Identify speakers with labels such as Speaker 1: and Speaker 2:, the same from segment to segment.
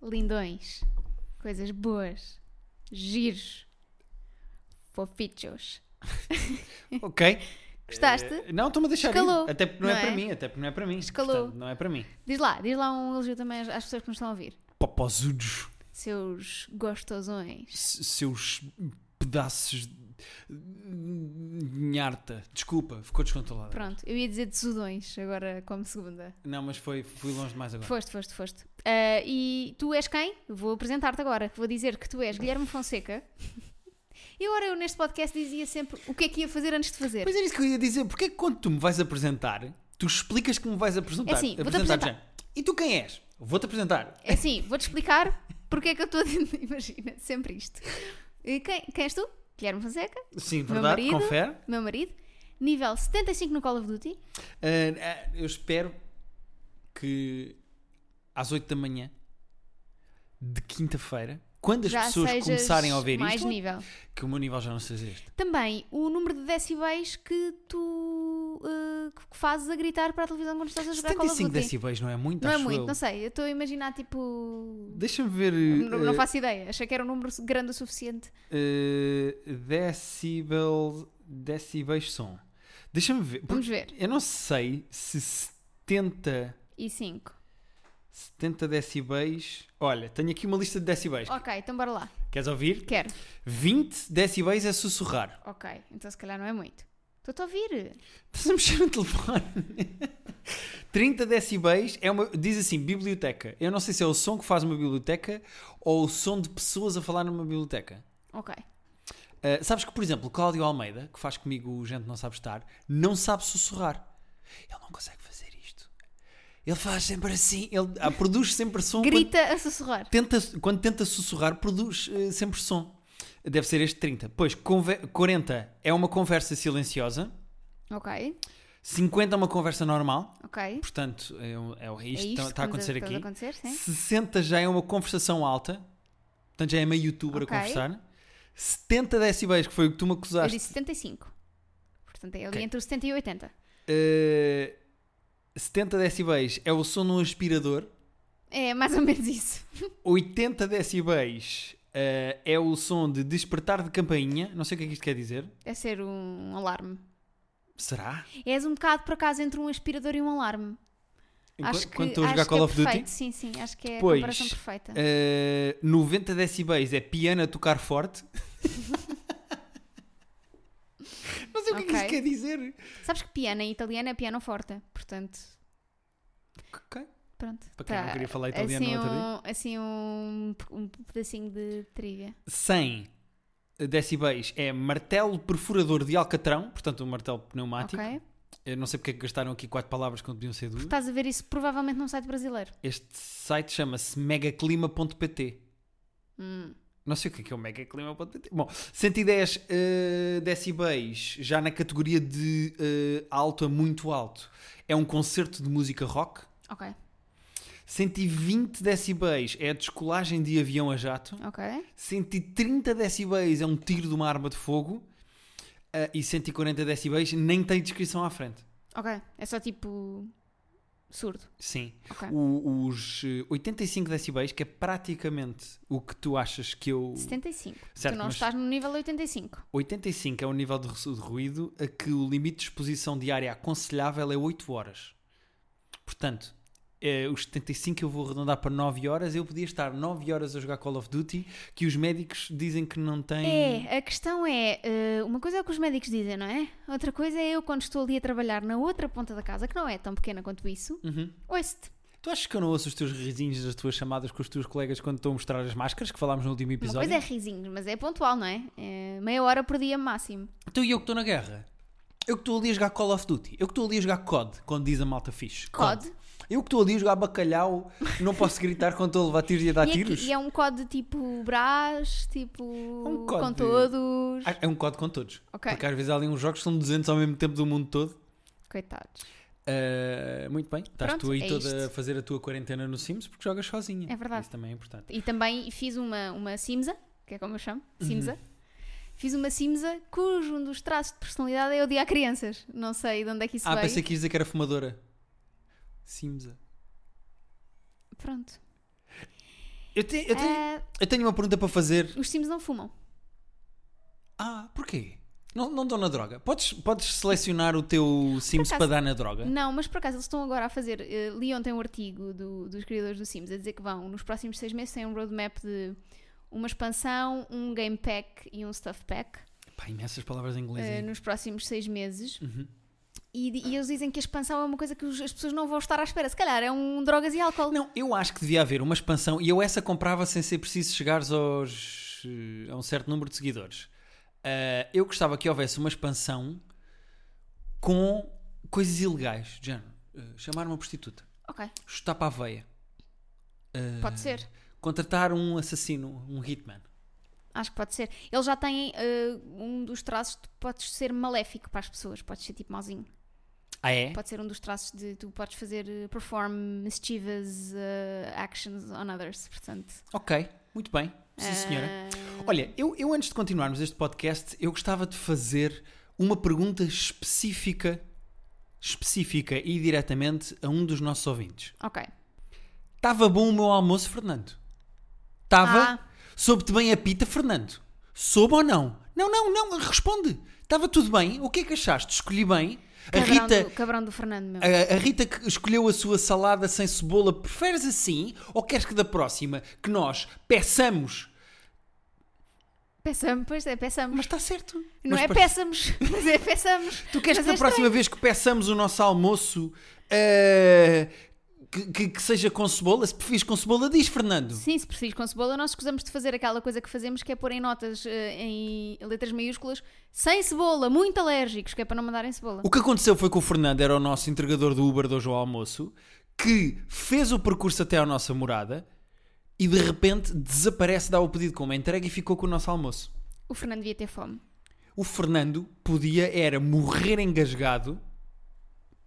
Speaker 1: lindões, coisas boas, giros, fofichos.
Speaker 2: Ok.
Speaker 1: Gostaste?
Speaker 2: Eh, Não, estou-me a deixar
Speaker 1: Escalou,
Speaker 2: ir. Até porque não,
Speaker 1: não
Speaker 2: é para
Speaker 1: é?
Speaker 2: mim, até porque não é para mim.
Speaker 1: Escalou.
Speaker 2: Portanto, não é para mim.
Speaker 1: Diz lá, diz lá um elogio também às- às pessoas que nos estão a ouvir.
Speaker 2: Popozudos.
Speaker 1: Seus gostosões.
Speaker 2: se- Seus pedaços de nharta. Desculpa, ficou descontrolado.
Speaker 1: Pronto, eu ia dizer desudões agora como segunda.
Speaker 2: Não, mas foi, fui longe demais agora.
Speaker 1: Foste, foste, foste. Ah, e tu és quem? Vou apresentar-te agora. Vou dizer que tu és Guilherme Fonseca. E agora eu neste podcast dizia sempre o que é que ia fazer antes de fazer.
Speaker 2: Mas era isso que eu ia dizer. Porquê que quando tu me vais apresentar, tu explicas que me vais apresentar?
Speaker 1: É assim, vou-te
Speaker 2: de género, E tu quem és? Vou-te apresentar.
Speaker 1: É assim, vou-te explicar porque é que eu estou a dizer. Imagina, sempre isto. E quem, quem és tu? Guilherme Fonseca,
Speaker 2: Sim,
Speaker 1: Meu
Speaker 2: verdade,
Speaker 1: marido.
Speaker 2: confere.
Speaker 1: meu marido, nível 75 no Call of Duty.
Speaker 2: Ah, ah, eu espero que às 8 da manhã de quinta-feira, quando as
Speaker 1: já
Speaker 2: pessoas
Speaker 1: sejas
Speaker 2: começarem a ouvir
Speaker 1: mais
Speaker 2: isto,
Speaker 1: nível.
Speaker 2: que o meu nível já não seja este.
Speaker 1: Também o número de decibéis que tu eh, que fazes a gritar para a televisão quando estás a jogar Call of
Speaker 2: 75
Speaker 1: Duty.
Speaker 2: decibéis não é muito,
Speaker 1: Não é
Speaker 2: acho
Speaker 1: muito,
Speaker 2: eu.
Speaker 1: não sei. Eu estou a imaginar tipo.
Speaker 2: Deixa-me ver.
Speaker 1: Não, não
Speaker 2: eh,
Speaker 1: faço ideia. Achei que era um número grande o suficiente.
Speaker 2: eh, decibel, decibéis som. Deixa-me ver.
Speaker 1: Vamos ver.
Speaker 2: Eu não sei se 70,
Speaker 1: E 5.
Speaker 2: 70 decibéis. Olha, tenho aqui uma lista de decibéis.
Speaker 1: Ok, então bora lá.
Speaker 2: Queres ouvir?
Speaker 1: Quero.
Speaker 2: 20 decibéis é sussurrar.
Speaker 1: Ok, então se calhar não é muito. Estou-te a ouvir.
Speaker 2: Estás a mexer no telefone. 30 decibéis é uma. Diz assim, biblioteca. Eu não sei se é o som que faz uma biblioteca ou o som de pessoas a falar numa biblioteca.
Speaker 1: Ok.
Speaker 2: Uh, sabes que, por exemplo, o Cláudio Almeida, que faz comigo o Gente Não Sabe Estar, não sabe sussurrar. Ele não consegue fazer isto. Ele faz sempre assim, ele ah, produz sempre som.
Speaker 1: Grita a sussurrar.
Speaker 2: Quando tenta, quando tenta sussurrar, produz eh, sempre som. Deve ser este 30. Pois, conver- 40 é uma conversa silenciosa,
Speaker 1: Ok,
Speaker 2: 50 é uma conversa normal,
Speaker 1: ok.
Speaker 2: portanto, é, o- é o- é
Speaker 1: é
Speaker 2: isto
Speaker 1: isto
Speaker 2: está a
Speaker 1: que nos
Speaker 2: acontecer
Speaker 1: está
Speaker 2: aqui.
Speaker 1: a acontecer, sim.
Speaker 2: 60 já é uma conversação alta, portanto já é meio youtuber
Speaker 1: Ok.
Speaker 2: a conversar. 70 decibéis, que foi o que tu me
Speaker 1: Eu
Speaker 2: acusaste.
Speaker 1: disse 75. Portanto, é ali
Speaker 2: Ok.
Speaker 1: entre o 70 e o 80.
Speaker 2: Uh, 70 decibéis é o som num aspirador,
Speaker 1: É mais ou menos isso.
Speaker 2: 80 decibéis uh, é o som de despertar de campainha. Não sei o que é que isto quer dizer.
Speaker 1: Deve ser um alarme.
Speaker 2: Será?
Speaker 1: És um bocado, por acaso, entre um aspirador e um alarme.
Speaker 2: Enquanto-
Speaker 1: acho que,
Speaker 2: quando estou a
Speaker 1: acho
Speaker 2: jogar
Speaker 1: que
Speaker 2: Call
Speaker 1: é
Speaker 2: of Duty.
Speaker 1: perfeito. Sim, sim, acho que é
Speaker 2: Depois,
Speaker 1: a comparação perfeita.
Speaker 2: Uh, 90 decibéis é piano a tocar forte. não sei o que é que
Speaker 1: Ok.
Speaker 2: isto quer dizer.
Speaker 1: Sabes que piano em italiano é piano forte, portanto,
Speaker 2: Ok.
Speaker 1: pronto. tá.
Speaker 2: Para quem não queria falar italiano
Speaker 1: assim
Speaker 2: no outro
Speaker 1: um, Assim um, um pedacinho de trivia.
Speaker 2: 100 decibéis é martelo perfurador de alcatrão, portanto um martelo pneumático.
Speaker 1: Ok? Tá.
Speaker 2: Eu não sei porque é que gastaram aqui quatro palavras quando deviam ser duas.
Speaker 1: Estás a ver isso provavelmente num site brasileiro.
Speaker 2: Este site chama-se megaclima.pt.
Speaker 1: Hum.
Speaker 2: Não sei o que é que é o megaclima.pt. Bom, 110 eh, decibéis, já na categoria de eh, alto a muito alto, é um concerto de música rock.
Speaker 1: Ok,
Speaker 2: 120 decibéis é a descolagem de avião a jato.
Speaker 1: ok.
Speaker 2: 130 decibéis é um tiro de uma arma de fogo. eh, e 140 decibéis nem tem descrição à frente.
Speaker 1: Ok, é só tipo surdo.
Speaker 2: Sim.
Speaker 1: Ok.
Speaker 2: O- os eh, 85 decibéis, que é praticamente o que tu achas que eu.
Speaker 1: 75.
Speaker 2: Certo,
Speaker 1: tu não
Speaker 2: mas-
Speaker 1: estás no nível 85.
Speaker 2: 85 é o nível de ru- de ruído a que o limite de exposição diária aconselhável é 8 horas. Portanto, eh, os 75 eu vou arredondar para 9 horas. Eu podia estar 9 horas a jogar Call of Duty, que os médicos dizem que não têm.
Speaker 1: É, a questão é, eh, uma coisa é o que os médicos dizem, não é? Outra coisa é eu quando estou ali a trabalhar na outra ponta da casa, que não é tão pequena quanto isso,
Speaker 2: Uhum.
Speaker 1: ouço-te.
Speaker 2: Tu achas que eu não ouço os teus risinhos das tuas chamadas com os teus colegas quando estão a mostrar as máscaras que falámos no último
Speaker 1: Uma
Speaker 2: episódio?
Speaker 1: coisa é risinhos, mas é pontual, não é? É meia hora por dia máximo.
Speaker 2: Então e eu que estou na guerra? Eu que estou ali a jogar Call of Duty. Eu que estou ali a jogar COD, quando diz a malta fixe.
Speaker 1: COD?
Speaker 2: Eu que estou ali a jogar bacalhau, não posso gritar quando estou a levar tiros e a dar
Speaker 1: E, aqui-
Speaker 2: tiros.
Speaker 1: e é um código tipo Brás, tipo.
Speaker 2: um código-
Speaker 1: com todos.
Speaker 2: Ah, É um código com todos.
Speaker 1: Ok.
Speaker 2: Porque às vezes há ali uns jogos que são 200 ao mesmo tempo do mundo todo.
Speaker 1: Coitados.
Speaker 2: Ah, muito bem. Estás
Speaker 1: Pronto,
Speaker 2: tu aí
Speaker 1: é
Speaker 2: toda
Speaker 1: isto.
Speaker 2: a fazer a tua quarentena no Sims porque jogas sozinha.
Speaker 1: É verdade.
Speaker 2: Isso também é importante.
Speaker 1: E também fiz uma, uma Simsa, que é como eu chamo,
Speaker 2: Uhum.
Speaker 1: Simsa. Fiz uma Simsa cujo um dos traços de personalidade é odiar crianças. Não sei de onde é que isso
Speaker 2: ah,
Speaker 1: veio.
Speaker 2: pensei que ias dizer que era fumadora. Simsa.
Speaker 1: Pronto.
Speaker 2: Eu, te- eu tenho,
Speaker 1: Ah,
Speaker 2: eu tenho uma pergunta para fazer.
Speaker 1: os Sims não fumam.
Speaker 2: Ah, porquê? Não, não dão na droga. Podes, podes selecionar o teu Sims
Speaker 1: acaso-
Speaker 2: para dar na droga?
Speaker 1: Não, mas por acaso eles estão agora a fazer. eh, li ontem um artigo do- dos criadores do Sims a dizer que vão, nos próximos seis meses, tem um roadmap de uma expansão, um game pack e um stuff pack.
Speaker 2: Pá, imensas palavras em inglês.
Speaker 1: eh,
Speaker 2: hein?
Speaker 1: nos próximos seis meses.
Speaker 2: Uhum.
Speaker 1: E, di- e eles dizem que a expansão é uma coisa que os- as pessoas não vão estar à espera. Se calhar é um drogas e álcool.
Speaker 2: Não, eu acho que devia haver uma expansão e eu essa comprava sem ser preciso chegares aos, eh, a um certo número de seguidores. Ah, eu gostava que houvesse uma expansão com coisas ilegais. do Género, eh, chamar uma prostituta,
Speaker 1: Ok,
Speaker 2: chutar para a veia, Eh,
Speaker 1: pode ser.
Speaker 2: contratar um assassino, um hitman.
Speaker 1: Acho que pode ser. Eles já têm eh, um dos traços de podes ser maléfico para as pessoas, podes ser tipo mauzinho.
Speaker 2: Ah, é?
Speaker 1: Pode ser um dos traços de tu podes fazer eh, perform mischievous eh, actions on others, portanto.
Speaker 2: Ok, muito bem. Sim, senhora. Olha, eu, eu antes de continuarmos este podcast, eu gostava de fazer uma pergunta específica, específica e diretamente a um dos nossos ouvintes.
Speaker 1: Ok.
Speaker 2: Estava bom o meu almoço, Fernando? Estava?
Speaker 1: Ah.
Speaker 2: Soube-te bem a pita, Fernando? Soube ou não? Não, não, não, responde. Estava tudo bem? O que é que achaste? Escolhi bem? A
Speaker 1: Cabrão,
Speaker 2: Rita,
Speaker 1: do, cabrão do Fernando, meu.
Speaker 2: a, a Rita que escolheu a sua salada sem cebola, preferes assim? Ou queres que da próxima, que nós peçamos?
Speaker 1: Peçamos, pois é, peçamos.
Speaker 2: Mas está certo.
Speaker 1: Não
Speaker 2: Mas
Speaker 1: é
Speaker 2: pare-
Speaker 1: peçamos, mas é peçamos.
Speaker 2: Tu queres
Speaker 1: Mas
Speaker 2: que da
Speaker 1: é
Speaker 2: próxima vez que peçamos o nosso almoço... eh, que, que- que seja com cebola? Se preferes com cebola, diz, Fernando.
Speaker 1: Sim, se preferires com cebola, nós escusamos de fazer aquela coisa que fazemos, que é pôr em notas, eh, em letras maiúsculas, sem cebola, muito alérgicos, que é para não mandarem cebola.
Speaker 2: O que aconteceu foi que o Fernando era o nosso entregador do Uber de hoje ao almoço, que fez o percurso até à nossa morada e de repente desaparece, dá o pedido como entrega e ficou com o nosso almoço.
Speaker 1: O Fernando devia ter fome.
Speaker 2: O Fernando podia era morrer engasgado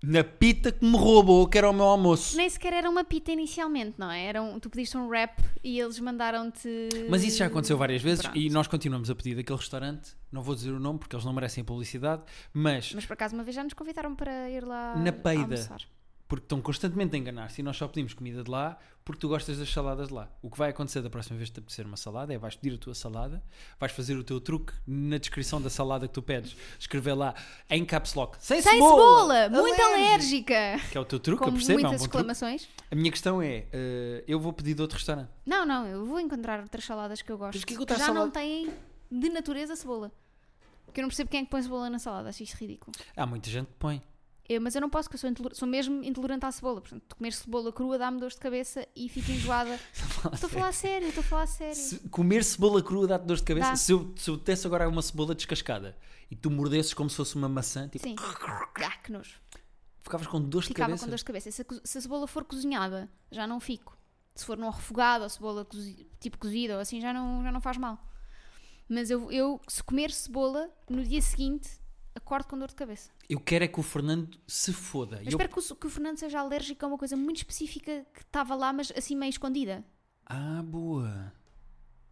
Speaker 2: na pita que me roubou, que era o meu almoço.
Speaker 1: Nem sequer era uma pita inicialmente, não é? Era um- tu pediste um rap e eles mandaram-te.
Speaker 2: Mas isso já aconteceu várias vezes
Speaker 1: Pronto.
Speaker 2: e nós continuamos a pedir daquele restaurante. Não vou dizer o nome porque eles não merecem a publicidade, mas
Speaker 1: Mas por acaso uma vez já nos convidaram para ir lá.
Speaker 2: Na peida.
Speaker 1: almoçar.
Speaker 2: porque estão constantemente a enganar-se e nós só pedimos comida de lá porque tu gostas das saladas de lá. O que vai acontecer da próxima vez que te apetecer uma salada é vais pedir a tua salada, vais fazer o teu truque na descrição da salada que tu pedes, escrever lá em caps lock, sem,
Speaker 1: Sem
Speaker 2: cebola,
Speaker 1: cebola! Muito alérgica!
Speaker 2: Que é o teu truque,
Speaker 1: Com
Speaker 2: eu percebo, é um
Speaker 1: muitas
Speaker 2: bom truque.
Speaker 1: exclamações.
Speaker 2: A minha questão é, eh, eu vou pedir de outro restaurante.
Speaker 1: Não, não, eu vou encontrar outras saladas que eu gosto.
Speaker 2: Tens que
Speaker 1: que
Speaker 2: encontrar
Speaker 1: já
Speaker 2: salada.
Speaker 1: não têm de natureza cebola. Porque eu não percebo quem é que põe cebola na salada, acho isso ridículo.
Speaker 2: Há muita gente que põe.
Speaker 1: Eu- mas eu não posso, porque eu sou, intoler- sou mesmo intolerante à cebola. Portanto, comer cebola crua dá-me dor de cabeça e fico enjoada. estou a falar a sério, estou a falar a sério.
Speaker 2: Se- comer cebola crua dá-te dor de cabeça.
Speaker 1: Dá.
Speaker 2: Se eu, se eu desse agora uma cebola descascada e tu mordesses como se fosse uma maçã, tipo,
Speaker 1: Sim. Ah, que nojo.
Speaker 2: ficavas com dor de
Speaker 1: Ficava
Speaker 2: cabeça.
Speaker 1: com dor de cabeça. Se a, co- se a cebola for cozinhada, já não fico. Se for num refogado ou cebola cozi- tipo cozida ou assim, já não, já não faz mal. Mas eu, eu, se comer cebola, no dia seguinte, acordo com dor de cabeça.
Speaker 2: Eu quero é que o Fernando se foda.
Speaker 1: Mas
Speaker 2: Eu-
Speaker 1: espero que o, so- que o Fernando seja alérgico a uma coisa muito específica que estava lá, mas assim meio escondida.
Speaker 2: Ah, boa.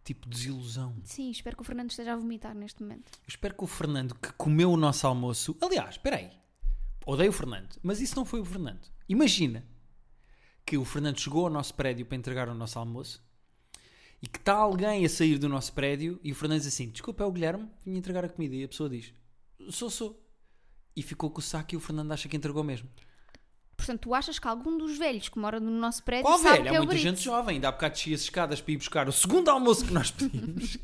Speaker 2: Tipo desilusão.
Speaker 1: Sim, espero que o Fernando esteja a vomitar neste momento.
Speaker 2: Eu espero que o Fernando que comeu o nosso almoço. Aliás, espera aí. Odeio o Fernando, mas isso não foi o Fernando. Imagina que o Fernando chegou ao nosso prédio para entregar o nosso almoço e que está alguém a sair do nosso prédio e o Fernando diz assim: Desculpa, é o Guilherme, vim entregar a comida. E a pessoa diz: Sou, sou. E ficou com o saco e o Fernando acha que entregou mesmo.
Speaker 1: Portanto, tu achas que algum dos velhos que mora no nosso prédio
Speaker 2: Qual
Speaker 1: sabe
Speaker 2: velho?
Speaker 1: que
Speaker 2: Há
Speaker 1: é o
Speaker 2: muita
Speaker 1: Brito?
Speaker 2: gente jovem. Ainda há bocado desci as escadas para ir buscar o segundo almoço que nós pedimos.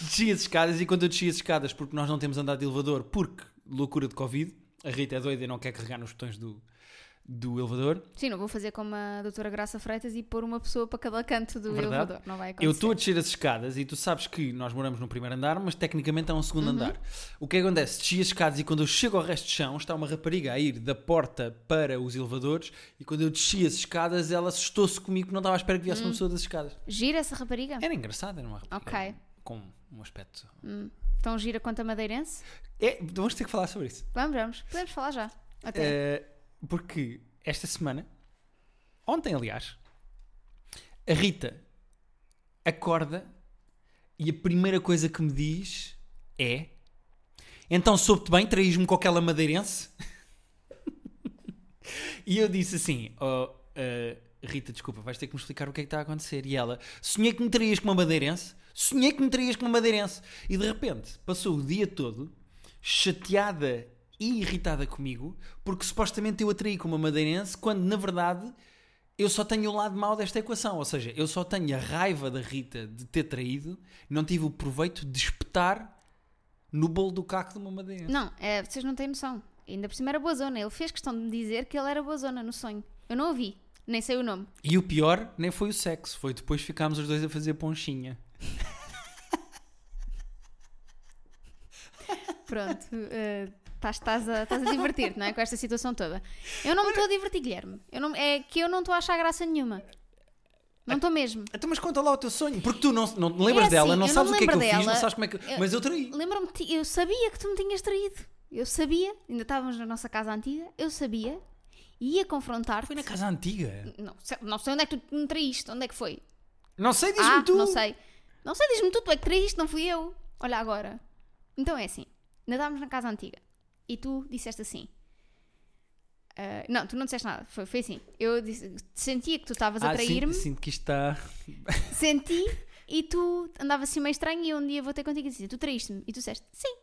Speaker 2: desci as escadas e quando eu desci as escadas, porque nós não temos andado de elevador, porque loucura de Covid, a Rita é doida e não quer carregar nos botões do, do elevador.
Speaker 1: Sim, não vou fazer como a doutora Graça Freitas e pôr uma pessoa para cada canto do
Speaker 2: Verdade.
Speaker 1: elevador. Não vai acontecer.
Speaker 2: Eu estou a descer as escadas e tu sabes que nós moramos no primeiro andar, mas tecnicamente há um
Speaker 1: Uhum.
Speaker 2: segundo andar. O que é que acontece? Desci as escadas e quando eu chego ao resto de chão, está uma rapariga a ir da porta para os elevadores e quando eu desci as escadas, ela assustou-se comigo, não estava à espera que
Speaker 1: Uhum.
Speaker 2: viesse uma pessoa das escadas.
Speaker 1: Gira essa rapariga?
Speaker 2: Era engraçado, era uma rapariga
Speaker 1: Ok.
Speaker 2: com um aspecto.
Speaker 1: Tão gira quanto a madeirense?
Speaker 2: É, vamos ter que falar sobre isso.
Speaker 1: Vamos, vamos. Podemos falar já. Até.
Speaker 2: Eh, porque esta semana, ontem aliás, a Rita acorda e a primeira coisa que me diz é: Então soube-te bem, traís-me com aquela madeirense? e eu disse assim: "Oh, eh, Rita, desculpa, vais ter que me explicar o que é que está a acontecer. E ela, sonhei que me terias com uma madeirense, sonhei que me terias com uma madeirense. E de repente, passou o dia todo chateada e irritada comigo, porque supostamente eu atraí com uma madeirense, quando na verdade eu só tenho o lado mau desta equação. Ou seja, eu só tenho a raiva da Rita de ter traído, não tive o proveito de espetar no bolo do caco de uma madeirense.
Speaker 1: Não, é, vocês não têm noção. Ainda por cima era boa zona. Ele fez questão de me dizer que ele era boa zona no sonho. Eu não ouvi, nem sei o nome.
Speaker 2: E o pior nem foi o sexo, foi depois ficámos os dois a fazer ponchinha.
Speaker 1: Pronto, eh, estás estás a, estás a divertir-te, não é? Com esta situação toda. Eu não me estou a divertir, Guilherme. Eu não, é que eu não estou a achar graça nenhuma. Não estou mesmo.
Speaker 2: Então, mas conta lá o teu sonho, porque tu não, não te lembras
Speaker 1: É assim,
Speaker 2: dela, não
Speaker 1: eu
Speaker 2: sabes
Speaker 1: não
Speaker 2: o que é que eu
Speaker 1: lembro
Speaker 2: fiz, não
Speaker 1: dela.
Speaker 2: sabes como é que.
Speaker 1: Eu-
Speaker 2: Mas eu traí.
Speaker 1: Lembro-me, de ti- eu sabia que tu me tinhas traído. Eu sabia, ainda estávamos na nossa casa antiga, eu sabia, ia confrontar-te.
Speaker 2: Foi na casa antiga.
Speaker 1: Não, sei- não sei onde é que tu me traíste, onde é que foi?
Speaker 2: Não sei, diz-me
Speaker 1: Ah,
Speaker 2: tu.
Speaker 1: não sei. Não sei, diz-me tu, tu é que traíste, não fui eu. Olha agora. Então é assim, ainda estávamos na casa antiga e tu disseste assim. ah, não, tu não disseste nada, foi, foi assim. Eu disse- sentia que tu estavas a
Speaker 2: Ah, sinto,
Speaker 1: trair-me,
Speaker 2: sinto que isto está.
Speaker 1: senti e tu andava assim meio estranho e eu um dia vou ter contigo e disse, tu traíste-me. E tu disseste, sim.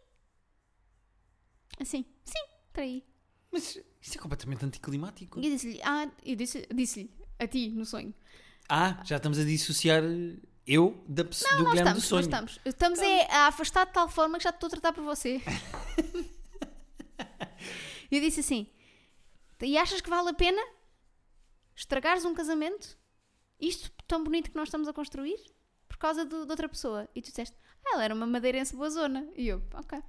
Speaker 1: Assim, sim, traí.
Speaker 2: Mas isto é completamente anticlimático.
Speaker 1: E eu disse-lhe, ah, eu disse- disse-lhe, a ti, no sonho.
Speaker 2: Ah, já estamos a dissociar eh, eu da pessoa, do
Speaker 1: Nós
Speaker 2: Guilherme
Speaker 1: estamos,
Speaker 2: do sonho.
Speaker 1: nós estamos. Estamos é a afastar de tal forma que já te estou a tratar por você. eu disse assim: e achas que vale a pena estragares um casamento? Isto tão bonito que nós estamos a construir? Por causa do- de outra pessoa. E tu disseste: ah, ela era uma madeirense boa zona. E eu: ok.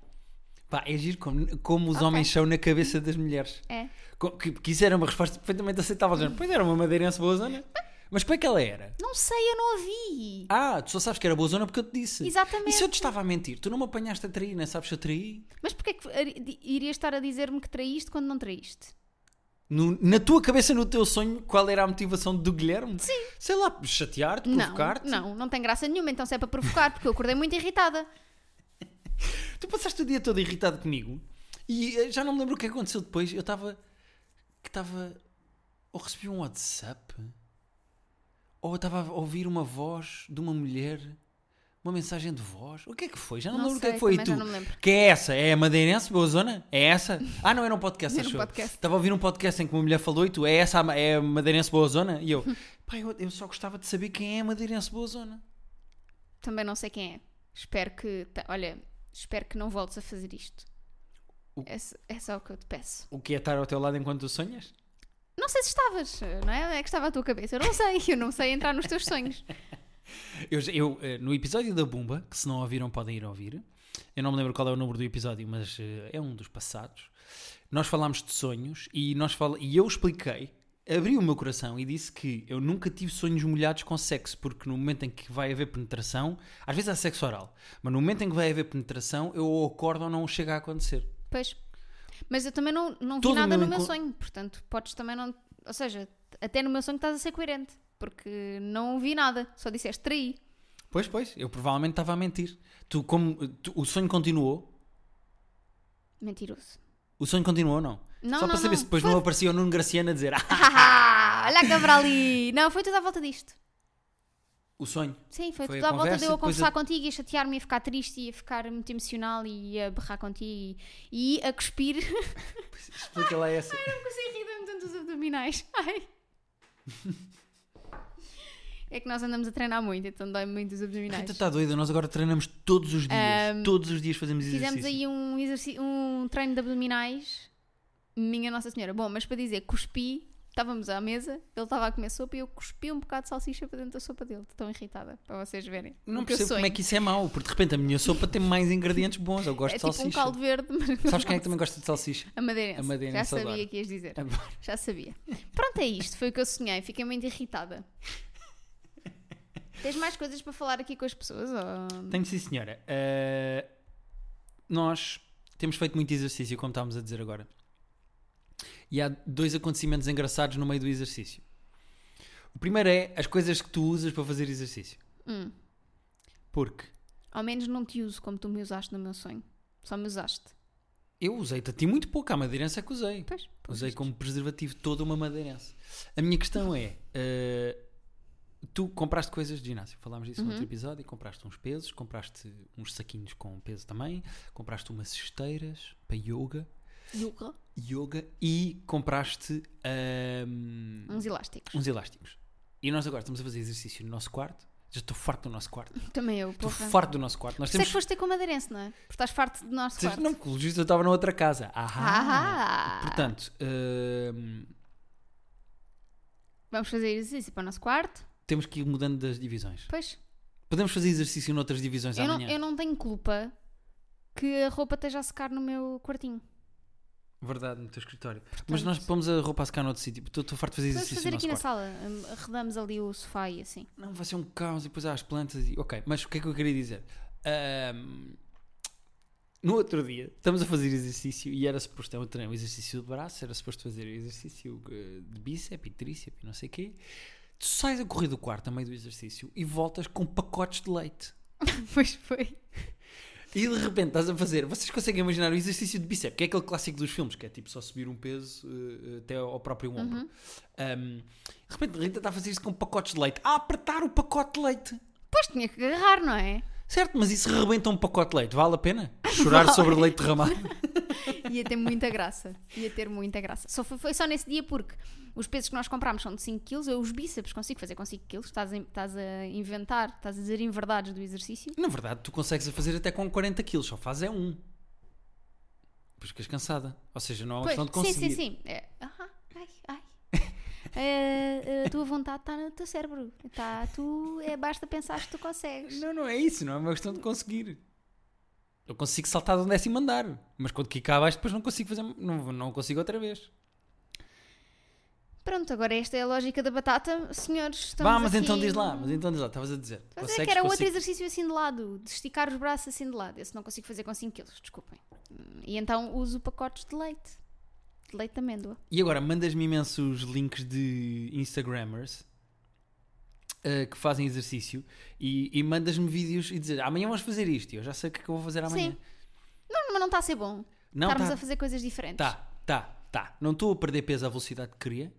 Speaker 2: Pá, é giro como, como os
Speaker 1: Ok.
Speaker 2: homens são na cabeça das mulheres.
Speaker 1: É.
Speaker 2: Co- Que, que isso era uma resposta perfeitamente aceitável. dizendo, Pois era uma madeirense boa zona. Mas como é que ela era?
Speaker 1: Não sei, eu não a vi.
Speaker 2: Ah, tu só sabes que era boa zona porque eu te disse.
Speaker 1: Exatamente.
Speaker 2: E se eu te estava a mentir? Tu não me apanhaste a trair, nem sabes se eu traí?
Speaker 1: Mas porquê que ari- irias estar a dizer-me que traíste quando não traíste?
Speaker 2: No- na tua cabeça, no teu sonho, qual era a motivação do Guilherme?
Speaker 1: Sim.
Speaker 2: Sei lá, chatear-te,
Speaker 1: Não,
Speaker 2: provocar-te?
Speaker 1: não, não tem graça nenhuma, então se é para provocar, porque eu acordei muito irritada.
Speaker 2: Tu passaste o dia todo irritado comigo e eh, já não me lembro o que aconteceu depois. Eu estava. que estava. ou recebi um WhatsApp ou eu estava a ouvir uma voz de uma mulher. Uma mensagem de voz? O que é que foi? Já não,
Speaker 1: Não
Speaker 2: lembro o que é
Speaker 1: sei,
Speaker 2: que foi. E
Speaker 1: também já
Speaker 2: tu?
Speaker 1: não me lembro.
Speaker 2: Que é essa? É a Madeirense, Boa Zona? É essa? Ah, não, era um podcast,
Speaker 1: Era um
Speaker 2: achou?
Speaker 1: podcast.
Speaker 2: Estava a ouvir um podcast em que uma mulher falou e tu, é essa a, é a Madeirense Boa Zona? E eu, pá, eu, eu só gostava de saber quem é a Madeirense Boa Zona.
Speaker 1: Também não sei quem é. Espero que. ta- Olha, espero que não voltes a fazer isto.
Speaker 2: O-
Speaker 1: É, s- é só o que eu te peço.
Speaker 2: O que é estar ao teu lado enquanto tu sonhas?
Speaker 1: Não sei se estavas, não é? Onde É que estava a tua cabeça. Eu não sei, eu não sei entrar nos teus sonhos.
Speaker 2: Eu, já- eu, eh, no episódio da Bumba, que se não ouviram podem ir ouvir, eu não me lembro qual é o número do episódio, mas eh, é um dos passados. Nós falámos de sonhos e, nós fal... e eu expliquei, abri o meu coração e disse que eu nunca tive sonhos molhados com sexo, porque no momento em que vai haver penetração, às vezes há sexo oral, mas no momento em que vai haver penetração, eu ou acordo ou não chega a acontecer.
Speaker 1: Pois. Mas eu também não, não vi
Speaker 2: Todo o
Speaker 1: nada no
Speaker 2: meu
Speaker 1: meu
Speaker 2: encon-
Speaker 1: sonho. Portanto, podes também não. Ou seja, até no meu sonho estás a ser coerente. Porque não vi nada. Só disseste traí.
Speaker 2: Pois, pois, eu provavelmente estava a mentir. Tu, como, tu- o sonho continuou?
Speaker 1: Mentiroso.
Speaker 2: O sonho continuou ou não?
Speaker 1: Não,
Speaker 2: Só
Speaker 1: não,
Speaker 2: para saber
Speaker 1: não.
Speaker 2: se depois
Speaker 1: Foi-
Speaker 2: não aparecia o Nuno Graciano a dizer ah,
Speaker 1: Haha, olha a câmara ali. Não, foi tudo à volta disto.
Speaker 2: o sonho.
Speaker 1: Sim, foi,
Speaker 2: Foi
Speaker 1: tudo
Speaker 2: a
Speaker 1: à volta de
Speaker 2: conversa
Speaker 1: eu
Speaker 2: e
Speaker 1: a
Speaker 2: depois
Speaker 1: conversar
Speaker 2: a-
Speaker 1: contigo e a chatear-me e a ficar triste e a ficar muito emocional e a berrar contigo e, e a cuspir.
Speaker 2: Explica lá é essa.
Speaker 1: não consigo rir dando tanto os abdominais. Ai. É que nós andamos a treinar muito, então dói muito os abdominais.
Speaker 2: Rita tá está doida, nós agora treinamos todos os dias. todos os dias fazemos exercício.
Speaker 1: Fizemos aí um, exerci- um treino de abdominais. Minha Nossa Senhora. Bom, mas para dizer, cuspi, estávamos à mesa, ele estava a comer sopa e eu cuspi um bocado de salsicha para dentro da sopa dele. Estou tão irritada, para vocês verem.
Speaker 2: Não
Speaker 1: o um que eu
Speaker 2: percebo
Speaker 1: sonho.
Speaker 2: como é que isso é mau, porque de repente a minha sopa tem mais ingredientes bons. Eu gosto
Speaker 1: É
Speaker 2: de
Speaker 1: tipo
Speaker 2: salsicha.
Speaker 1: um caldo verde, mas
Speaker 2: Sabes quem é que também gosta de salsicha?
Speaker 1: A madeirense.
Speaker 2: A madeirense
Speaker 1: Já sabia
Speaker 2: adora.
Speaker 1: que ias dizer.
Speaker 2: Adoro.
Speaker 1: Já sabia. Pronto, é isto. Foi o que eu sonhei. Fiquei muito irritada. Tens mais coisas para falar aqui com as pessoas? ou-
Speaker 2: Tenho sim, senhora. Eh, nós temos feito muito exercício, como estávamos a dizer agora. E há dois acontecimentos engraçados no meio do exercício. O primeiro é as coisas que tu usas para fazer exercício.
Speaker 1: Hum.
Speaker 2: Porque
Speaker 1: Ao menos não te uso como tu me usaste no meu sonho. Só me usaste.
Speaker 2: Eu usei tati muito pouco, a madeirense é que usei.
Speaker 1: Pois, pelos
Speaker 2: Usei
Speaker 1: vistos.
Speaker 2: como preservativo toda uma madeirense. A minha questão é: eh, tu compraste coisas de ginásio, falámos disso no
Speaker 1: Uhum.
Speaker 2: outro episódio, e compraste uns pesos, compraste uns saquinhos com peso também, compraste umas esteiras para yoga,
Speaker 1: Yuca,
Speaker 2: yoga e compraste ahm,
Speaker 1: uns elásticos.
Speaker 2: uns elásticos. E nós agora estamos a fazer exercício no nosso quarto. Já estou farto do nosso quarto.
Speaker 1: Também eu,
Speaker 2: Estou
Speaker 1: porra.
Speaker 2: farto do nosso quarto. Nós
Speaker 1: Sei que
Speaker 2: temos.
Speaker 1: foste ter com o madeirense, não é? Porque estás farto do nosso quarto.
Speaker 2: Não, porque o logista estava na outra casa. Ahá.
Speaker 1: Ah,
Speaker 2: Portanto, ehm, ahm,
Speaker 1: Vamos fazer exercício para o nosso quarto.
Speaker 2: temos que ir mudando das divisões.
Speaker 1: Pois.
Speaker 2: Podemos fazer exercício noutras divisões
Speaker 1: Eu não,
Speaker 2: amanhã.
Speaker 1: eu não tenho culpa que a roupa esteja a secar no meu quartinho.
Speaker 2: Verdade, no teu escritório. Mas nós pomos a roupa a secar noutro sítio. Estou estou farto de fazer
Speaker 1: Vamos
Speaker 2: exercício
Speaker 1: fazer
Speaker 2: no
Speaker 1: aqui
Speaker 2: nosso
Speaker 1: na
Speaker 2: quarto.
Speaker 1: sala. hum, Arredamos ali o sofá e assim.
Speaker 2: Não, vai ser um caos e depois há as plantas. E... Ok, mas o que é que eu queria dizer? Ahm, No outro dia, estamos a fazer exercício e era suposto, eu treinei um exercício de braço, era suposto fazer exercício eh, de bíceps e tríceps e não sei o quê. Tu sais a correr do quarto a meio do exercício e voltas com pacotes de leite.
Speaker 1: pois foi.
Speaker 2: E de repente estás a fazer, vocês conseguem imaginar o exercício de bíceps, que é aquele clássico dos filmes, que é tipo só subir um peso eh, até ao próprio ombro.
Speaker 1: Uhum.
Speaker 2: Um, de repente Rita está a fazer isso com pacotes de leite, a apertar o pacote de leite.
Speaker 1: Pois tinha que agarrar, não é?
Speaker 2: Certo, mas isso rebenta um pacote de leite, vale a pena? Chorar sobre leite derramado?
Speaker 1: Ia ter muita graça. Ia ter muita graça. Só foi, foi só nesse dia porque os pesos que nós comprámos são de 5 kg. Eu os bíceps consigo fazer com 5 kg. Estás, a- estás a inventar, estás a dizer inverdades do exercício.
Speaker 2: Na verdade, tu consegues a fazer até com 40 quilos, só faz é um. Depois ficas cansada. Ou seja, não é uma questão de
Speaker 1: sim,
Speaker 2: conseguir.
Speaker 1: sim, sim. É, ahá, ai, ai. É, a tua vontade está no teu cérebro. Tá, tu, é, basta pensar que tu consegues.
Speaker 2: Não, não é isso, não é uma questão de conseguir. Eu consigo saltar de um décimo andar, mas quando quicar cá abaixo depois não consigo fazer, não, não consigo outra vez.
Speaker 1: Pronto, agora esta é a lógica da batata. Senhores, estamos
Speaker 2: Vá, mas
Speaker 1: aqui...
Speaker 2: então diz lá, mas então diz lá, estavas a dizer.
Speaker 1: Mas é
Speaker 2: consegues,
Speaker 1: que era outro
Speaker 2: consigo-
Speaker 1: exercício assim de lado, de esticar os braços assim de lado. Esse não consigo fazer com 5 quilos, desculpem. E então uso pacotes de leite. De leite de amêndoa.
Speaker 2: E agora, mandas-me imensos links de Instagrammers eh, que fazem exercício e, e mandas-me vídeos e dizer amanhã vamos fazer isto. e Eu já sei o que é que eu vou fazer amanhã.
Speaker 1: Sim. Não, mas não está a ser bom.
Speaker 2: Não,
Speaker 1: Estarmos
Speaker 2: tá.
Speaker 1: a fazer coisas diferentes.
Speaker 2: Tá, tá, tá. Não estou a perder peso à velocidade que queria,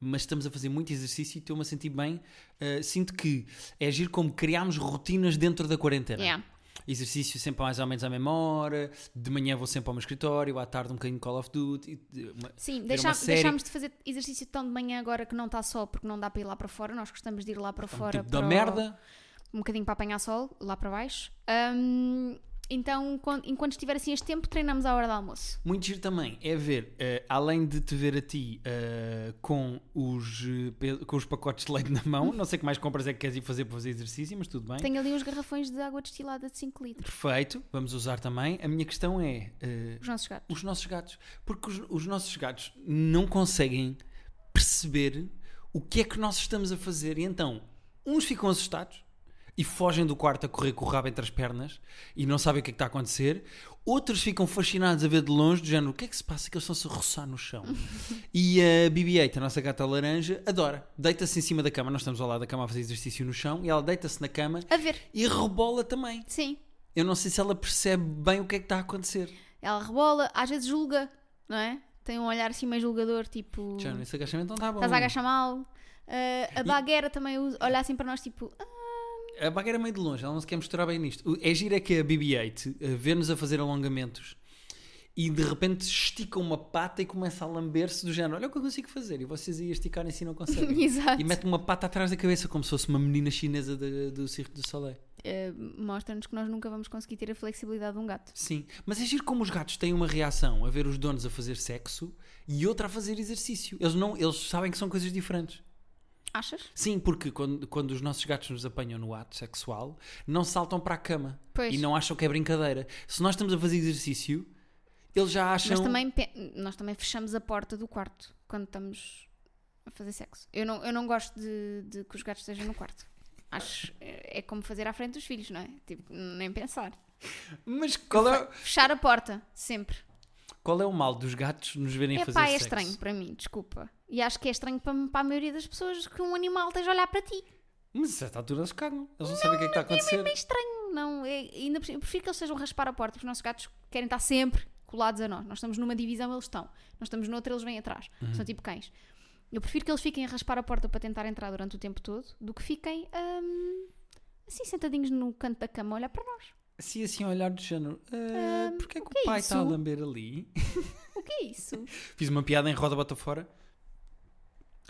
Speaker 2: mas estamos a fazer muito exercício e estou-me a sentir bem. Uh, sinto que é agir como criámos rotinas dentro da quarentena.
Speaker 1: Yeah.
Speaker 2: Exercício sempre mais ou menos à mesma hora, de manhã vou sempre ao meu escritório, à tarde um bocadinho Call of Duty. e, uh, uma-
Speaker 1: Sim,
Speaker 2: ver
Speaker 1: deixá-
Speaker 2: uma série.
Speaker 1: deixámos de fazer exercício tão de manhã agora que não está sol porque não dá para ir lá para fora. Nós gostamos de ir lá para fora.
Speaker 2: tipo da
Speaker 1: para o-
Speaker 2: merda.
Speaker 1: Um bocadinho para apanhar sol, lá para baixo. Ahm, então, quan- enquanto estiver assim este tempo, treinamos à hora do almoço.
Speaker 2: Muito giro também é ver, eh, além de te ver a ti eh, com, os, eh, pe- com os pacotes de leite na mão, não sei que mais compras é que queres ir fazer para fazer exercício, mas tudo bem.
Speaker 1: Tenho ali uns garrafões de água destilada de 5 litros.
Speaker 2: Perfeito, vamos usar também. A minha questão é eh,
Speaker 1: Os nossos gatos.
Speaker 2: os nossos gatos. Porque os, os nossos gatos não conseguem perceber o que é que nós estamos a fazer. E então, uns ficam assustados e fogem do quarto a correr com o rabo entre as pernas e não sabem o que é que está a acontecer. Outros ficam fascinados a ver de longe, do género, o que é que se passa? Que eles estão-se a roçar no chão. e a BB-8, a nossa gata laranja, adora. Deita-se em cima da cama. Nós estamos ao lado da cama a fazer exercício no chão e ela deita-se na cama
Speaker 1: A ver,
Speaker 2: e rebola também.
Speaker 1: sim.
Speaker 2: Eu não sei se ela percebe bem o que é que está a acontecer.
Speaker 1: Ela rebola, às vezes julga, não é? Tem um olhar assim meio julgador, tipo.
Speaker 2: Já, esse agachamento não está bom.
Speaker 1: Estás a agachar mal. Ah, a baguera também usa- olha assim para nós, tipo. "Ah,
Speaker 2: A baga era meio de longe, ela não se quer misturar bem nisto. O- É giro é que a BB-8 eh, vê-nos a fazer alongamentos e de repente estica uma pata e começa a lamber-se do género. Olha o que eu consigo fazer. E vocês aí a esticarem-se e não conseguem.
Speaker 1: Exato.
Speaker 2: e mete uma pata atrás da cabeça como se fosse uma menina chinesa de- do Circo do Soleil.
Speaker 1: Ah, Mostra-nos que nós nunca vamos conseguir ter a flexibilidade de um gato.
Speaker 2: Sim, mas é giro como os gatos têm uma reação a ver os donos a fazer sexo e outra a fazer exercício. Eles, não, eles sabem que são coisas diferentes.
Speaker 1: Achas?
Speaker 2: Sim, porque quando, quando os nossos gatos nos apanham no ato sexual, não saltam para a cama
Speaker 1: Pois.
Speaker 2: e não acham que é brincadeira. Se nós estamos a fazer exercício, eles já acham.
Speaker 1: Mas também pe- nós também fechamos a porta do quarto quando estamos a fazer sexo. Eu não, eu não gosto de, de que os gatos estejam no quarto. Acho é é como fazer à frente dos filhos, não é? Tipo, nem pensar.
Speaker 2: Mas qual é,
Speaker 1: Fechar a porta, sempre.
Speaker 2: qual é o mal dos gatos nos verem
Speaker 1: É
Speaker 2: fazer
Speaker 1: pá, é
Speaker 2: sexo?
Speaker 1: estranho para mim, desculpa. E acho que é estranho para, para a maioria das pessoas que um animal esteja a olhar para ti.
Speaker 2: Mas a certa altura eles cagam. Eles não, sabem o que é que está a acontecer.
Speaker 1: É estranho, não. É, ainda por cima- eu prefiro que eles estejam a raspar a porta, porque os nossos gatos querem estar sempre colados a nós. Nós estamos numa divisão, eles estão. Nós estamos noutra, eles vêm atrás.
Speaker 2: Uhum.
Speaker 1: São tipo cães. Eu prefiro que eles fiquem a raspar a porta para tentar entrar durante o tempo todo do que fiquem hum, assim sentadinhos no canto da cama a olhar para nós.
Speaker 2: Se assim olhar do género, ah,
Speaker 1: Ahm,
Speaker 2: porque é que
Speaker 1: o
Speaker 2: o,
Speaker 1: que é
Speaker 2: pai está a
Speaker 1: isso?
Speaker 2: lamber ali?
Speaker 1: O que é isso?
Speaker 2: Fiz uma piada em Roda Bota Fora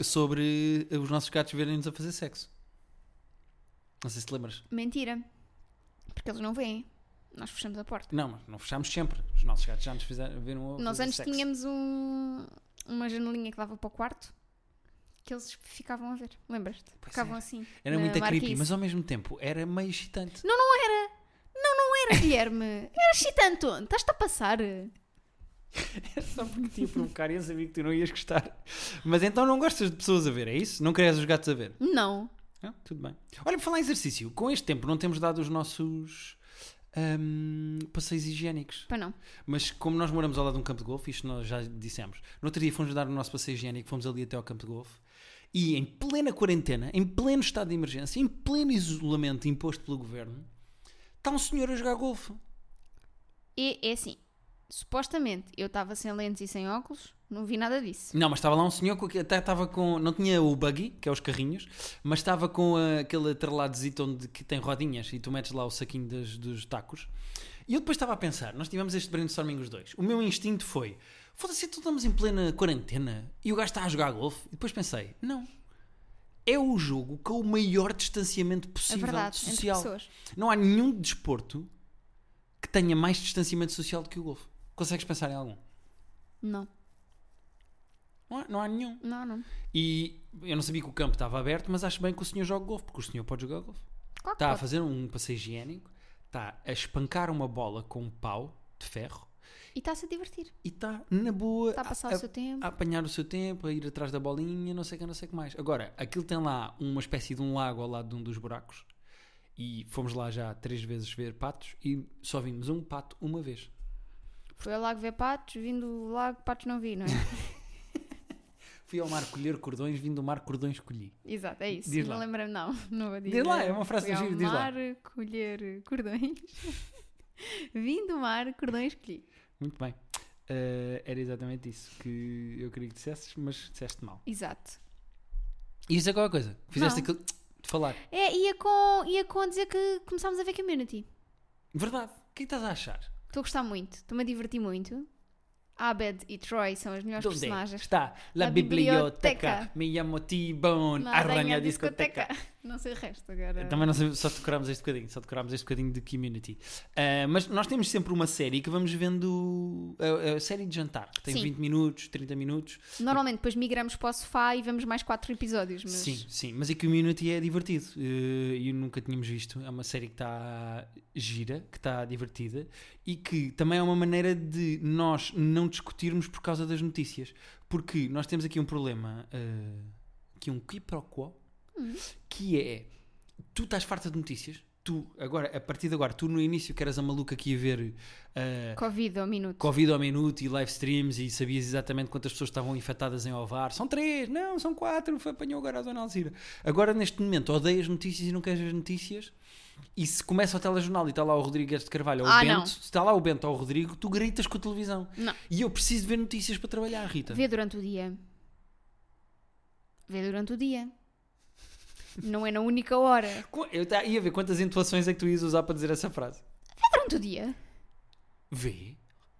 Speaker 2: sobre os nossos gatos verem-nos a fazer sexo. Não sei se te lembras.
Speaker 1: Mentira. Porque eles não veem. Nós fechamos a porta.
Speaker 2: Não, mas não fechámos sempre. Os nossos gatos já nos fizeram, viram a
Speaker 1: Nós
Speaker 2: fazer
Speaker 1: antes
Speaker 2: sexo.
Speaker 1: tínhamos um- uma janelinha que dava para o quarto que eles ficavam a ver. Lembras-te?
Speaker 2: Pois
Speaker 1: Ficavam
Speaker 2: é.
Speaker 1: assim.
Speaker 2: Era
Speaker 1: na
Speaker 2: muito creepy,
Speaker 1: marquise.
Speaker 2: mas ao mesmo tempo era meio excitante.
Speaker 1: Não, não era. Não, não era, Guilherme. Era excitante. onde? Estás-te a passar.
Speaker 2: Era só porque te ia provocar e eu sabia que tu não ias gostar. Mas então não gostas de pessoas a ver, é isso? Não queres os gatos a ver?
Speaker 1: Não.
Speaker 2: Ah, tudo bem. Olha, por falar em exercício, com este tempo não temos dado os nossos ahm, passeios higiênicos.
Speaker 1: Para não.
Speaker 2: Mas como nós moramos ao lado de um campo de golfe, isto nós já dissemos. No outro dia fomos dar o nosso passeio higiênico, fomos ali até ao campo de golfe. E em plena quarentena, em pleno estado de emergência, em pleno isolamento imposto pelo governo, está um senhor a jogar golfe.
Speaker 1: E é assim. Supostamente eu estava sem lentes e sem óculos, não vi nada disso.
Speaker 2: Não, mas estava lá um senhor que até estava com. Não tinha o buggy, que é os carrinhos, mas estava com a- aquele atreladozito onde que tem rodinhas e tu metes lá o saquinho das- dos tacos. E eu depois estava a pensar, nós tivemos este brainstorming os dois. O meu instinto foi: foda-se, então estamos em plena quarentena e o gajo está a jogar golfe. E depois pensei: não. É o jogo com o maior distanciamento
Speaker 1: É
Speaker 2: possível
Speaker 1: verdade,
Speaker 2: social.
Speaker 1: entre pessoas.
Speaker 2: Não há nenhum desporto que tenha mais distanciamento social do que o golfe. Consegues pensar em algum?
Speaker 1: Não,
Speaker 2: Não há- não há nenhum.
Speaker 1: não, não.
Speaker 2: E eu não sabia que o campo estava aberto, mas acho bem que o senhor joga golfe, porque o senhor pode jogar golfe.
Speaker 1: Claro que
Speaker 2: Está a
Speaker 1: pode.
Speaker 2: fazer um passeio higiênico, está a espancar uma bola com um pau de ferro
Speaker 1: E está-se a divertir.
Speaker 2: e está na boa
Speaker 1: Está a passar o seu tempo.
Speaker 2: a apanhar o seu tempo, a ir atrás da bolinha, não sei o que, não sei o que mais. Agora, aquilo tem lá uma espécie de um lago ao lado de um dos buracos e fomos lá já três vezes ver patos e só vimos um pato uma vez.
Speaker 1: Foi ao lago ver patos, vindo do lago, patos não vi, não é?
Speaker 2: Fui ao mar colher cordões, vim do mar cordões colhi.
Speaker 1: Exato, é isso.
Speaker 2: Diz
Speaker 1: não
Speaker 2: lá.
Speaker 1: lembro-me, não. Não vou dizer.
Speaker 2: Diz lá, é uma frase
Speaker 1: Fui ao
Speaker 2: gira, diz lá.
Speaker 1: mar colher cordões. Vim do mar, cordões colhi.
Speaker 2: Muito bem. Eh, era exatamente isso que eu queria que dissesses, mas disseste mal.
Speaker 1: Exato.
Speaker 2: E isso é qualquer coisa. Fizeste
Speaker 1: Não.
Speaker 2: aquilo de falar.
Speaker 1: É, ia com, ia com dizer que começámos a ver Community.
Speaker 2: Verdade. O que estás a achar?
Speaker 1: Estou a gostar muito, estou-me a divertir muito. Abed e Troy são as melhores
Speaker 2: De onde é?
Speaker 1: personagens.
Speaker 2: Está la
Speaker 1: La
Speaker 2: biblioteca.
Speaker 1: biblioteca.
Speaker 2: Me llamo T-Bone.
Speaker 1: Nada em
Speaker 2: Arranha
Speaker 1: a
Speaker 2: a discoteca. Então,
Speaker 1: Não sei o resto agora.
Speaker 2: Também não sei, só decorámos este bocadinho, só decorámos este bocadinho de community. Eh, mas nós temos sempre uma série que vamos vendo. A, a série de jantar, que tem
Speaker 1: Sim.
Speaker 2: 20 minutos, 30 minutos.
Speaker 1: Normalmente depois migramos para o sofá e vemos mais quatro episódios, mas
Speaker 2: Sim, sim, mas a Community é divertido eh, e nunca tínhamos visto. É uma série que está gira, que está divertida e que também é uma maneira de nós não discutirmos por causa das notícias, porque nós temos aqui um problema, eh, que é um qui pro quo, que é tu estás farta de notícias. Tu, agora, a partir de agora, tu no início que eras a maluca que ia ver eh,
Speaker 1: Covid ao minuto.
Speaker 2: Covid ao minuto e live streams e sabias exatamente quantas pessoas estavam infectadas em Ovar. São três, não, são quatro, foi- apanhou agora a Dona Alzira. Agora, neste momento, odeias notícias e não queres as notícias. E se começa o telejornal e está lá o Rodrigues de Carvalho ou o
Speaker 1: Ah,
Speaker 2: Bento,
Speaker 1: não.
Speaker 2: se está lá o Bento ou o Rodrigo, tu gritas com a televisão.
Speaker 1: Não.
Speaker 2: E eu preciso ver notícias para trabalhar, Rita.
Speaker 1: Vê durante o dia. Vê durante o dia. Não é na única hora. Vê
Speaker 2: Co- Eu ta- ia ver quantas intuações é que tu ias usar para dizer essa frase.
Speaker 1: durante o dia.
Speaker 2: Vê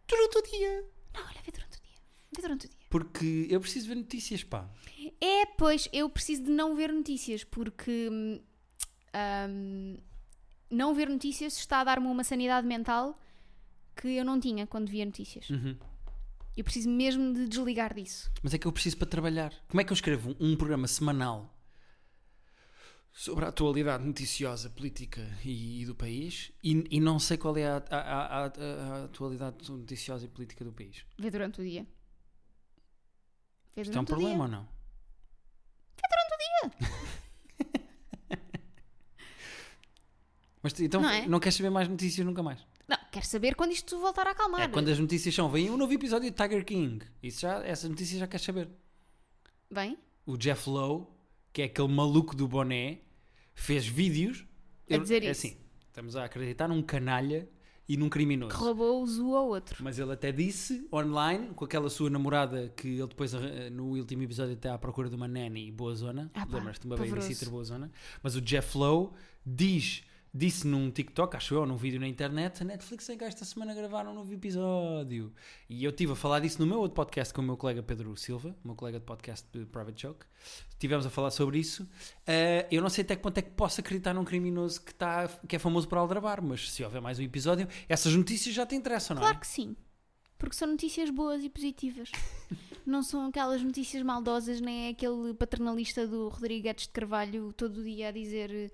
Speaker 2: durante o dia.
Speaker 1: Não, olha, vê durante o dia. Vê durante o dia.
Speaker 2: Porque eu preciso ver notícias, pá.
Speaker 1: É, pois, eu preciso de não ver notícias, porque hum, hum, não ver notícias está a dar-me uma sanidade mental que eu não tinha quando via notícias.
Speaker 2: Uhum.
Speaker 1: Eu preciso mesmo de desligar disso.
Speaker 2: Mas é que eu preciso para trabalhar. Como é que eu escrevo um programa semanal sobre a atualidade noticiosa, política e, e do país e, e não sei qual é a, a- a- a- a atualidade noticiosa e política do país?
Speaker 1: Vê durante o dia. Vê
Speaker 2: Isto é um
Speaker 1: durante o
Speaker 2: problema
Speaker 1: dia. É
Speaker 2: ou não? Mas então
Speaker 1: Não
Speaker 2: não,
Speaker 1: é?
Speaker 2: queres saber mais notícias nunca mais?
Speaker 1: Não, quero saber quando isto voltar a acalmar.
Speaker 2: É quando as notícias são, vem um novo episódio de Tiger King. Isso já, essas notícias já queres saber.
Speaker 1: Bem,
Speaker 2: o Jeff Lowe, que é aquele maluco do boné, fez vídeos
Speaker 1: A dizer
Speaker 2: é
Speaker 1: isso.
Speaker 2: Assim, estamos a acreditar num canalha e num criminoso.
Speaker 1: que roubou, usou ao outro.
Speaker 2: Mas ele até disse online, com aquela sua namorada que ele depois arra- no último episódio até à procura de uma nanny boa zona.
Speaker 1: Ah pá,
Speaker 2: Lembras-te de uma
Speaker 1: pavoroso.
Speaker 2: babysitter boa zona? Mas o Jeff Lowe diz, disse num TikTok, acho eu, ou num vídeo na internet, a Netflix é que esta semana gravaram um novo episódio. E eu estive a falar disso no meu outro podcast com o meu colega Pedro Silva, meu colega de podcast de Private Joke. Estivemos a falar sobre isso. Ah, eu não sei até que ponto é que posso acreditar num criminoso que, tá, que é famoso por aldrabar, mas se houver mais um episódio, essas notícias já te interessam, não é?
Speaker 1: Claro que sim. Porque são notícias boas e positivas. Não são aquelas notícias maldosas, nem é aquele paternalista do Rodrigues de Carvalho todo dia a dizer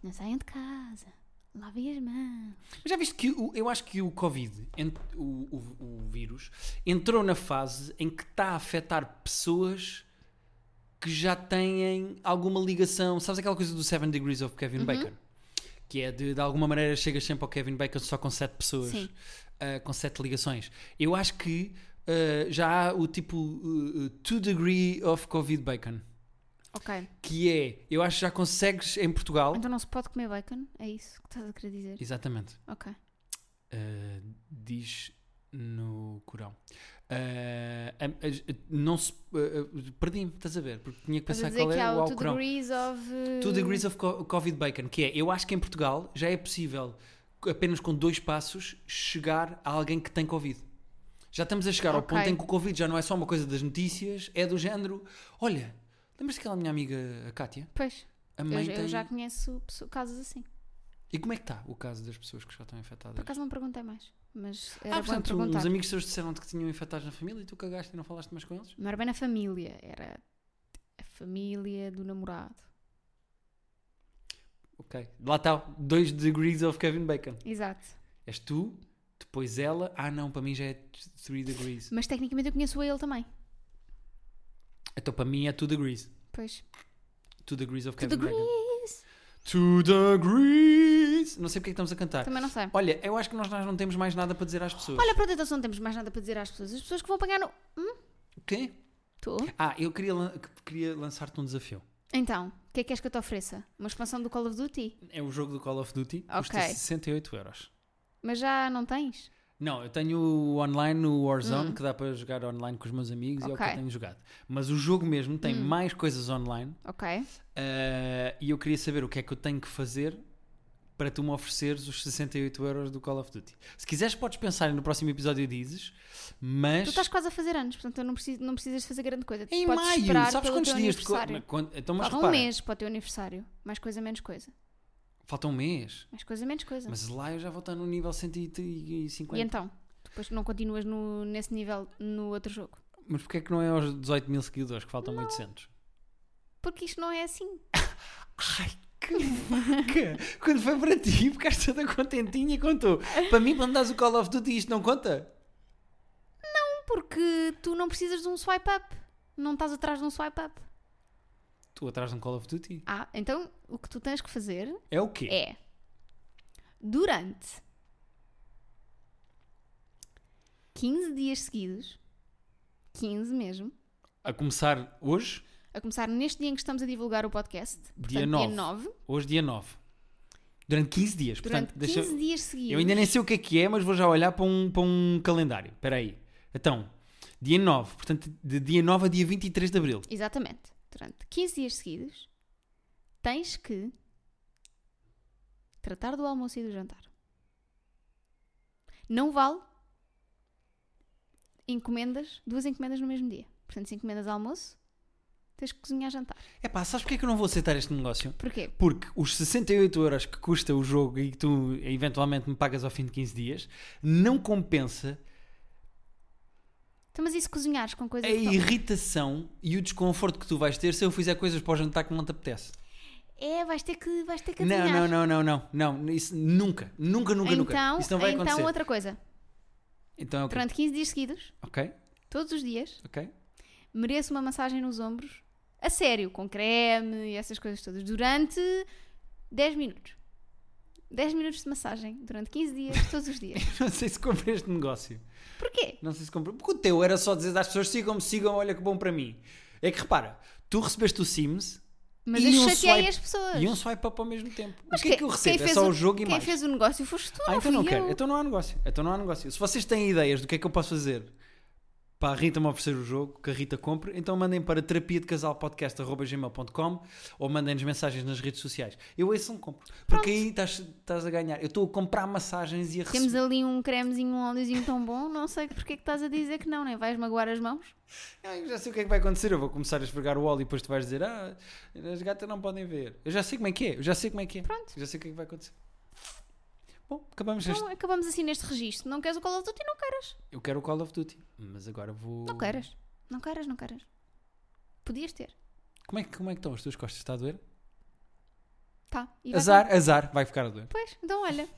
Speaker 1: não saiam de casa, lavem as mãos.
Speaker 2: Mas já viste que o- eu acho que o Covid, ent- o, o- o vírus, entrou na fase em que está a afetar pessoas que já têm alguma ligação. Sabes aquela coisa do Seven Degrees of
Speaker 1: Uhum.
Speaker 2: Kevin Bacon? Que é de, de alguma maneira chegas sempre ao Kevin Bacon só com sete pessoas,
Speaker 1: Sim.
Speaker 2: ah, com sete ligações. Eu acho que ah, já há o tipo 2 degree of Covid Bacon.
Speaker 1: Ok.
Speaker 2: Que é, eu acho que já consegues em Portugal.
Speaker 1: Então não se pode comer bacon? É isso que estás a querer dizer?
Speaker 2: Exatamente.
Speaker 1: Ok.
Speaker 2: Uh, diz no Corão. Uh, am- as- não se. uh, uh, Perdi-me, estás a ver? Porque tinha que
Speaker 1: Estás a
Speaker 2: pensar
Speaker 1: dizer
Speaker 2: qual
Speaker 1: que
Speaker 2: é
Speaker 1: há
Speaker 2: o
Speaker 1: o 2
Speaker 2: Alcorão.
Speaker 1: degrees of. eh,
Speaker 2: 2 degrees of co- Covid Bacon, que é, eu acho que em Portugal já é possível, c- apenas com dois passos, chegar a alguém que tem Covid. Já estamos a chegar ao
Speaker 1: Ok.
Speaker 2: ponto em que o Covid já não é só uma coisa das notícias, é do género. Olha, lembras daquela minha amiga, a Kátia?
Speaker 1: Pois,
Speaker 2: A
Speaker 1: eu,
Speaker 2: mãe
Speaker 1: eu
Speaker 2: tem.
Speaker 1: já conheço pesso- casos assim.
Speaker 2: E como é que está o caso das pessoas que já estão infectadas?
Speaker 1: Por acaso não perguntei mais, mas era
Speaker 2: Ah,
Speaker 1: bom
Speaker 2: portanto,
Speaker 1: perguntar.
Speaker 2: uns amigos teus disseram-te que tinham infectados na família e tu cagaste e não falaste mais com eles?
Speaker 1: Não era bem na família, era a família do namorado.
Speaker 2: Ok. Lá está, 2 degrees of Kevin Bacon.
Speaker 1: Exato.
Speaker 2: És tu, depois ela. Ah, não, para mim já é 3 degrees.
Speaker 1: Mas tecnicamente eu conheço ele também.
Speaker 2: Então para mim é 2 degrees.
Speaker 1: Pois.
Speaker 2: 2 degrees of
Speaker 1: To
Speaker 2: Kevin Bacon.
Speaker 1: degrees!
Speaker 2: 2 degrees! Não sei porque é que estamos a cantar.
Speaker 1: Também não sei.
Speaker 2: Olha, eu acho que nós, nós não temos mais nada para dizer às pessoas.
Speaker 1: Olha, pronto, então se não temos mais nada para dizer às pessoas. As pessoas que vão pagar no.
Speaker 2: O quê?
Speaker 1: Tu?
Speaker 2: Ah, eu queria, lan- queria lançar-te um desafio.
Speaker 1: Então, o que é que queres que eu te ofereça? Uma expansão do Call of Duty?
Speaker 2: É o jogo do Call of Duty. Custa
Speaker 1: Ok.
Speaker 2: 68 euros.
Speaker 1: Mas já não tens?
Speaker 2: Não, eu tenho o online no Warzone, que dá para jogar online com os meus amigos e é o que
Speaker 1: Hum. Ok. Hum.
Speaker 2: eu tenho jogado. Mas o jogo mesmo tem mais coisas online
Speaker 1: Ok.
Speaker 2: eh, e eu queria saber o que é que eu tenho que fazer para tu me ofereceres os 68 euros do Call of Duty. Se quiseres podes pensar e no próximo episódio e dizes, mas
Speaker 1: Tu estás quase a fazer anos, portanto eu não, preciso, não precisas de fazer grande coisa. Tu
Speaker 2: em
Speaker 1: podes
Speaker 2: maio,
Speaker 1: esperar
Speaker 2: sabes
Speaker 1: pelo
Speaker 2: quantos
Speaker 1: teu
Speaker 2: dias? de co-
Speaker 1: aniversário.
Speaker 2: Mas quando- Então, mas
Speaker 1: Falta
Speaker 2: repara,
Speaker 1: um mês para o teu aniversário. Mais coisa, menos coisa.
Speaker 2: falta um mês.
Speaker 1: Mais coisa, menos coisa.
Speaker 2: Mas lá eu já vou estar no nível 150.
Speaker 1: E então? Depois não continuas no, nesse nível no outro jogo.
Speaker 2: Mas porquê é que não é aos 18 mil seguidores que faltam 800?
Speaker 1: Porque isto não é assim.
Speaker 2: Ai, que vaca! Quando foi para ti, ficaste toda contentinha e contou. Para mim, quando dás o Call of Duty, isto não conta?
Speaker 1: Porque tu não precisas de um swipe up. Não estás atrás de um swipe up.
Speaker 2: Tu atrás de um Call of Duty?
Speaker 1: Ah, então o que tu tens que fazer
Speaker 2: É o quê?
Speaker 1: é durante 15 dias seguidos, 15 mesmo,
Speaker 2: A começar hoje,
Speaker 1: a começar neste dia em que estamos a divulgar o podcast, portanto,
Speaker 2: dia 9.
Speaker 1: dia 9
Speaker 2: Hoje, dia 9. Durante 15 dias.
Speaker 1: durante
Speaker 2: Portanto, deixa...
Speaker 1: 15 dias seguidos.
Speaker 2: Eu ainda nem sei o que é que é, mas vou já olhar para um, para um calendário. Espera aí. Então, dia 9. Portanto, de dia 9 a dia 23 de abril.
Speaker 1: Exatamente. Durante 15 dias seguidos, tens que tratar do almoço e do jantar. Não vale encomendas, duas encomendas no mesmo dia. Portanto, se encomendas almoço, tens que cozinhar jantar.
Speaker 2: É pá, sabes porquê é que eu não vou aceitar este negócio?
Speaker 1: Porquê?
Speaker 2: Porque os 68 euros que custa o jogo e que tu eventualmente me pagas ao fim de 15 dias, não compensa
Speaker 1: Então, mas e se cozinhares com coisas
Speaker 2: a
Speaker 1: que estão-
Speaker 2: É irritação e o desconforto que tu vais ter se eu fizer coisas para o jantar que não te apetece.
Speaker 1: É, vais ter que, vais ter que
Speaker 2: Não,
Speaker 1: cozinhar.
Speaker 2: não, não, não, não, não, isso nunca, nunca, nunca,
Speaker 1: Então,
Speaker 2: nunca. Isso não vai
Speaker 1: então
Speaker 2: acontecer.
Speaker 1: outra coisa.
Speaker 2: Então, ok,
Speaker 1: Durante 15 dias seguidos,
Speaker 2: ok,
Speaker 1: todos os dias,
Speaker 2: ok.
Speaker 1: mereço uma massagem nos ombros, a sério, com creme e essas coisas todas, durante 10 minutos. 10 minutos de massagem, durante 15 dias, todos os dias.
Speaker 2: Não sei se compro este negócio.
Speaker 1: Porquê?
Speaker 2: Não sei se compro. Porque o teu era só dizer às pessoas sigam-me, sigam, olha que bom para mim. É que repara, tu recebeste o Sims
Speaker 1: Mas
Speaker 2: E
Speaker 1: eu
Speaker 2: um
Speaker 1: chateei
Speaker 2: swipe-
Speaker 1: as pessoas.
Speaker 2: E um swipe up ao mesmo tempo.
Speaker 1: Mas
Speaker 2: o que é
Speaker 1: quem-
Speaker 2: que eu
Speaker 1: quem
Speaker 2: recebo? É
Speaker 1: fez
Speaker 2: só
Speaker 1: o-
Speaker 2: o jogo e
Speaker 1: Quem
Speaker 2: mais.
Speaker 1: fez o negócio foste tu, não
Speaker 2: Ah, então
Speaker 1: fui
Speaker 2: não
Speaker 1: eu.
Speaker 2: quero. Então não há negócio. Então não há negócio. Se vocês têm ideias do que é que eu posso fazer para a Rita me oferecer o jogo, que a Rita compre, então mandem para terapia de casal podcast.gmail.com ou mandem-nos mensagens nas redes sociais. Eu esse não compro. Porque aí estás, estás a ganhar. Eu estou a comprar massagens e a receber.
Speaker 1: Temos ali um cremezinho, um óleozinho tão bom, não sei porque é que estás a dizer que não, nem vais magoar as mãos.
Speaker 2: Ah, eu já sei o que é que vai acontecer. Eu vou começar a esfregar o óleo e depois tu vais dizer: Ah, as gatas não podem ver. Eu já sei como é que é. Eu já sei como é que é.
Speaker 1: Pronto.
Speaker 2: Eu já sei o que é que vai acontecer. Bom, acabamos este.
Speaker 1: Então acabamos assim neste registro. Não queres o Call of Duty? Não queres.
Speaker 2: Eu quero o Call of Duty, mas agora vou.
Speaker 1: Não queres. Não queres, não queres. Podias ter.
Speaker 2: Como é, que- como é que estão as tuas costas? Está a doer?
Speaker 1: Tá. e vai
Speaker 2: Azar, azar, vai ficar a doer.
Speaker 1: Pois, então olha.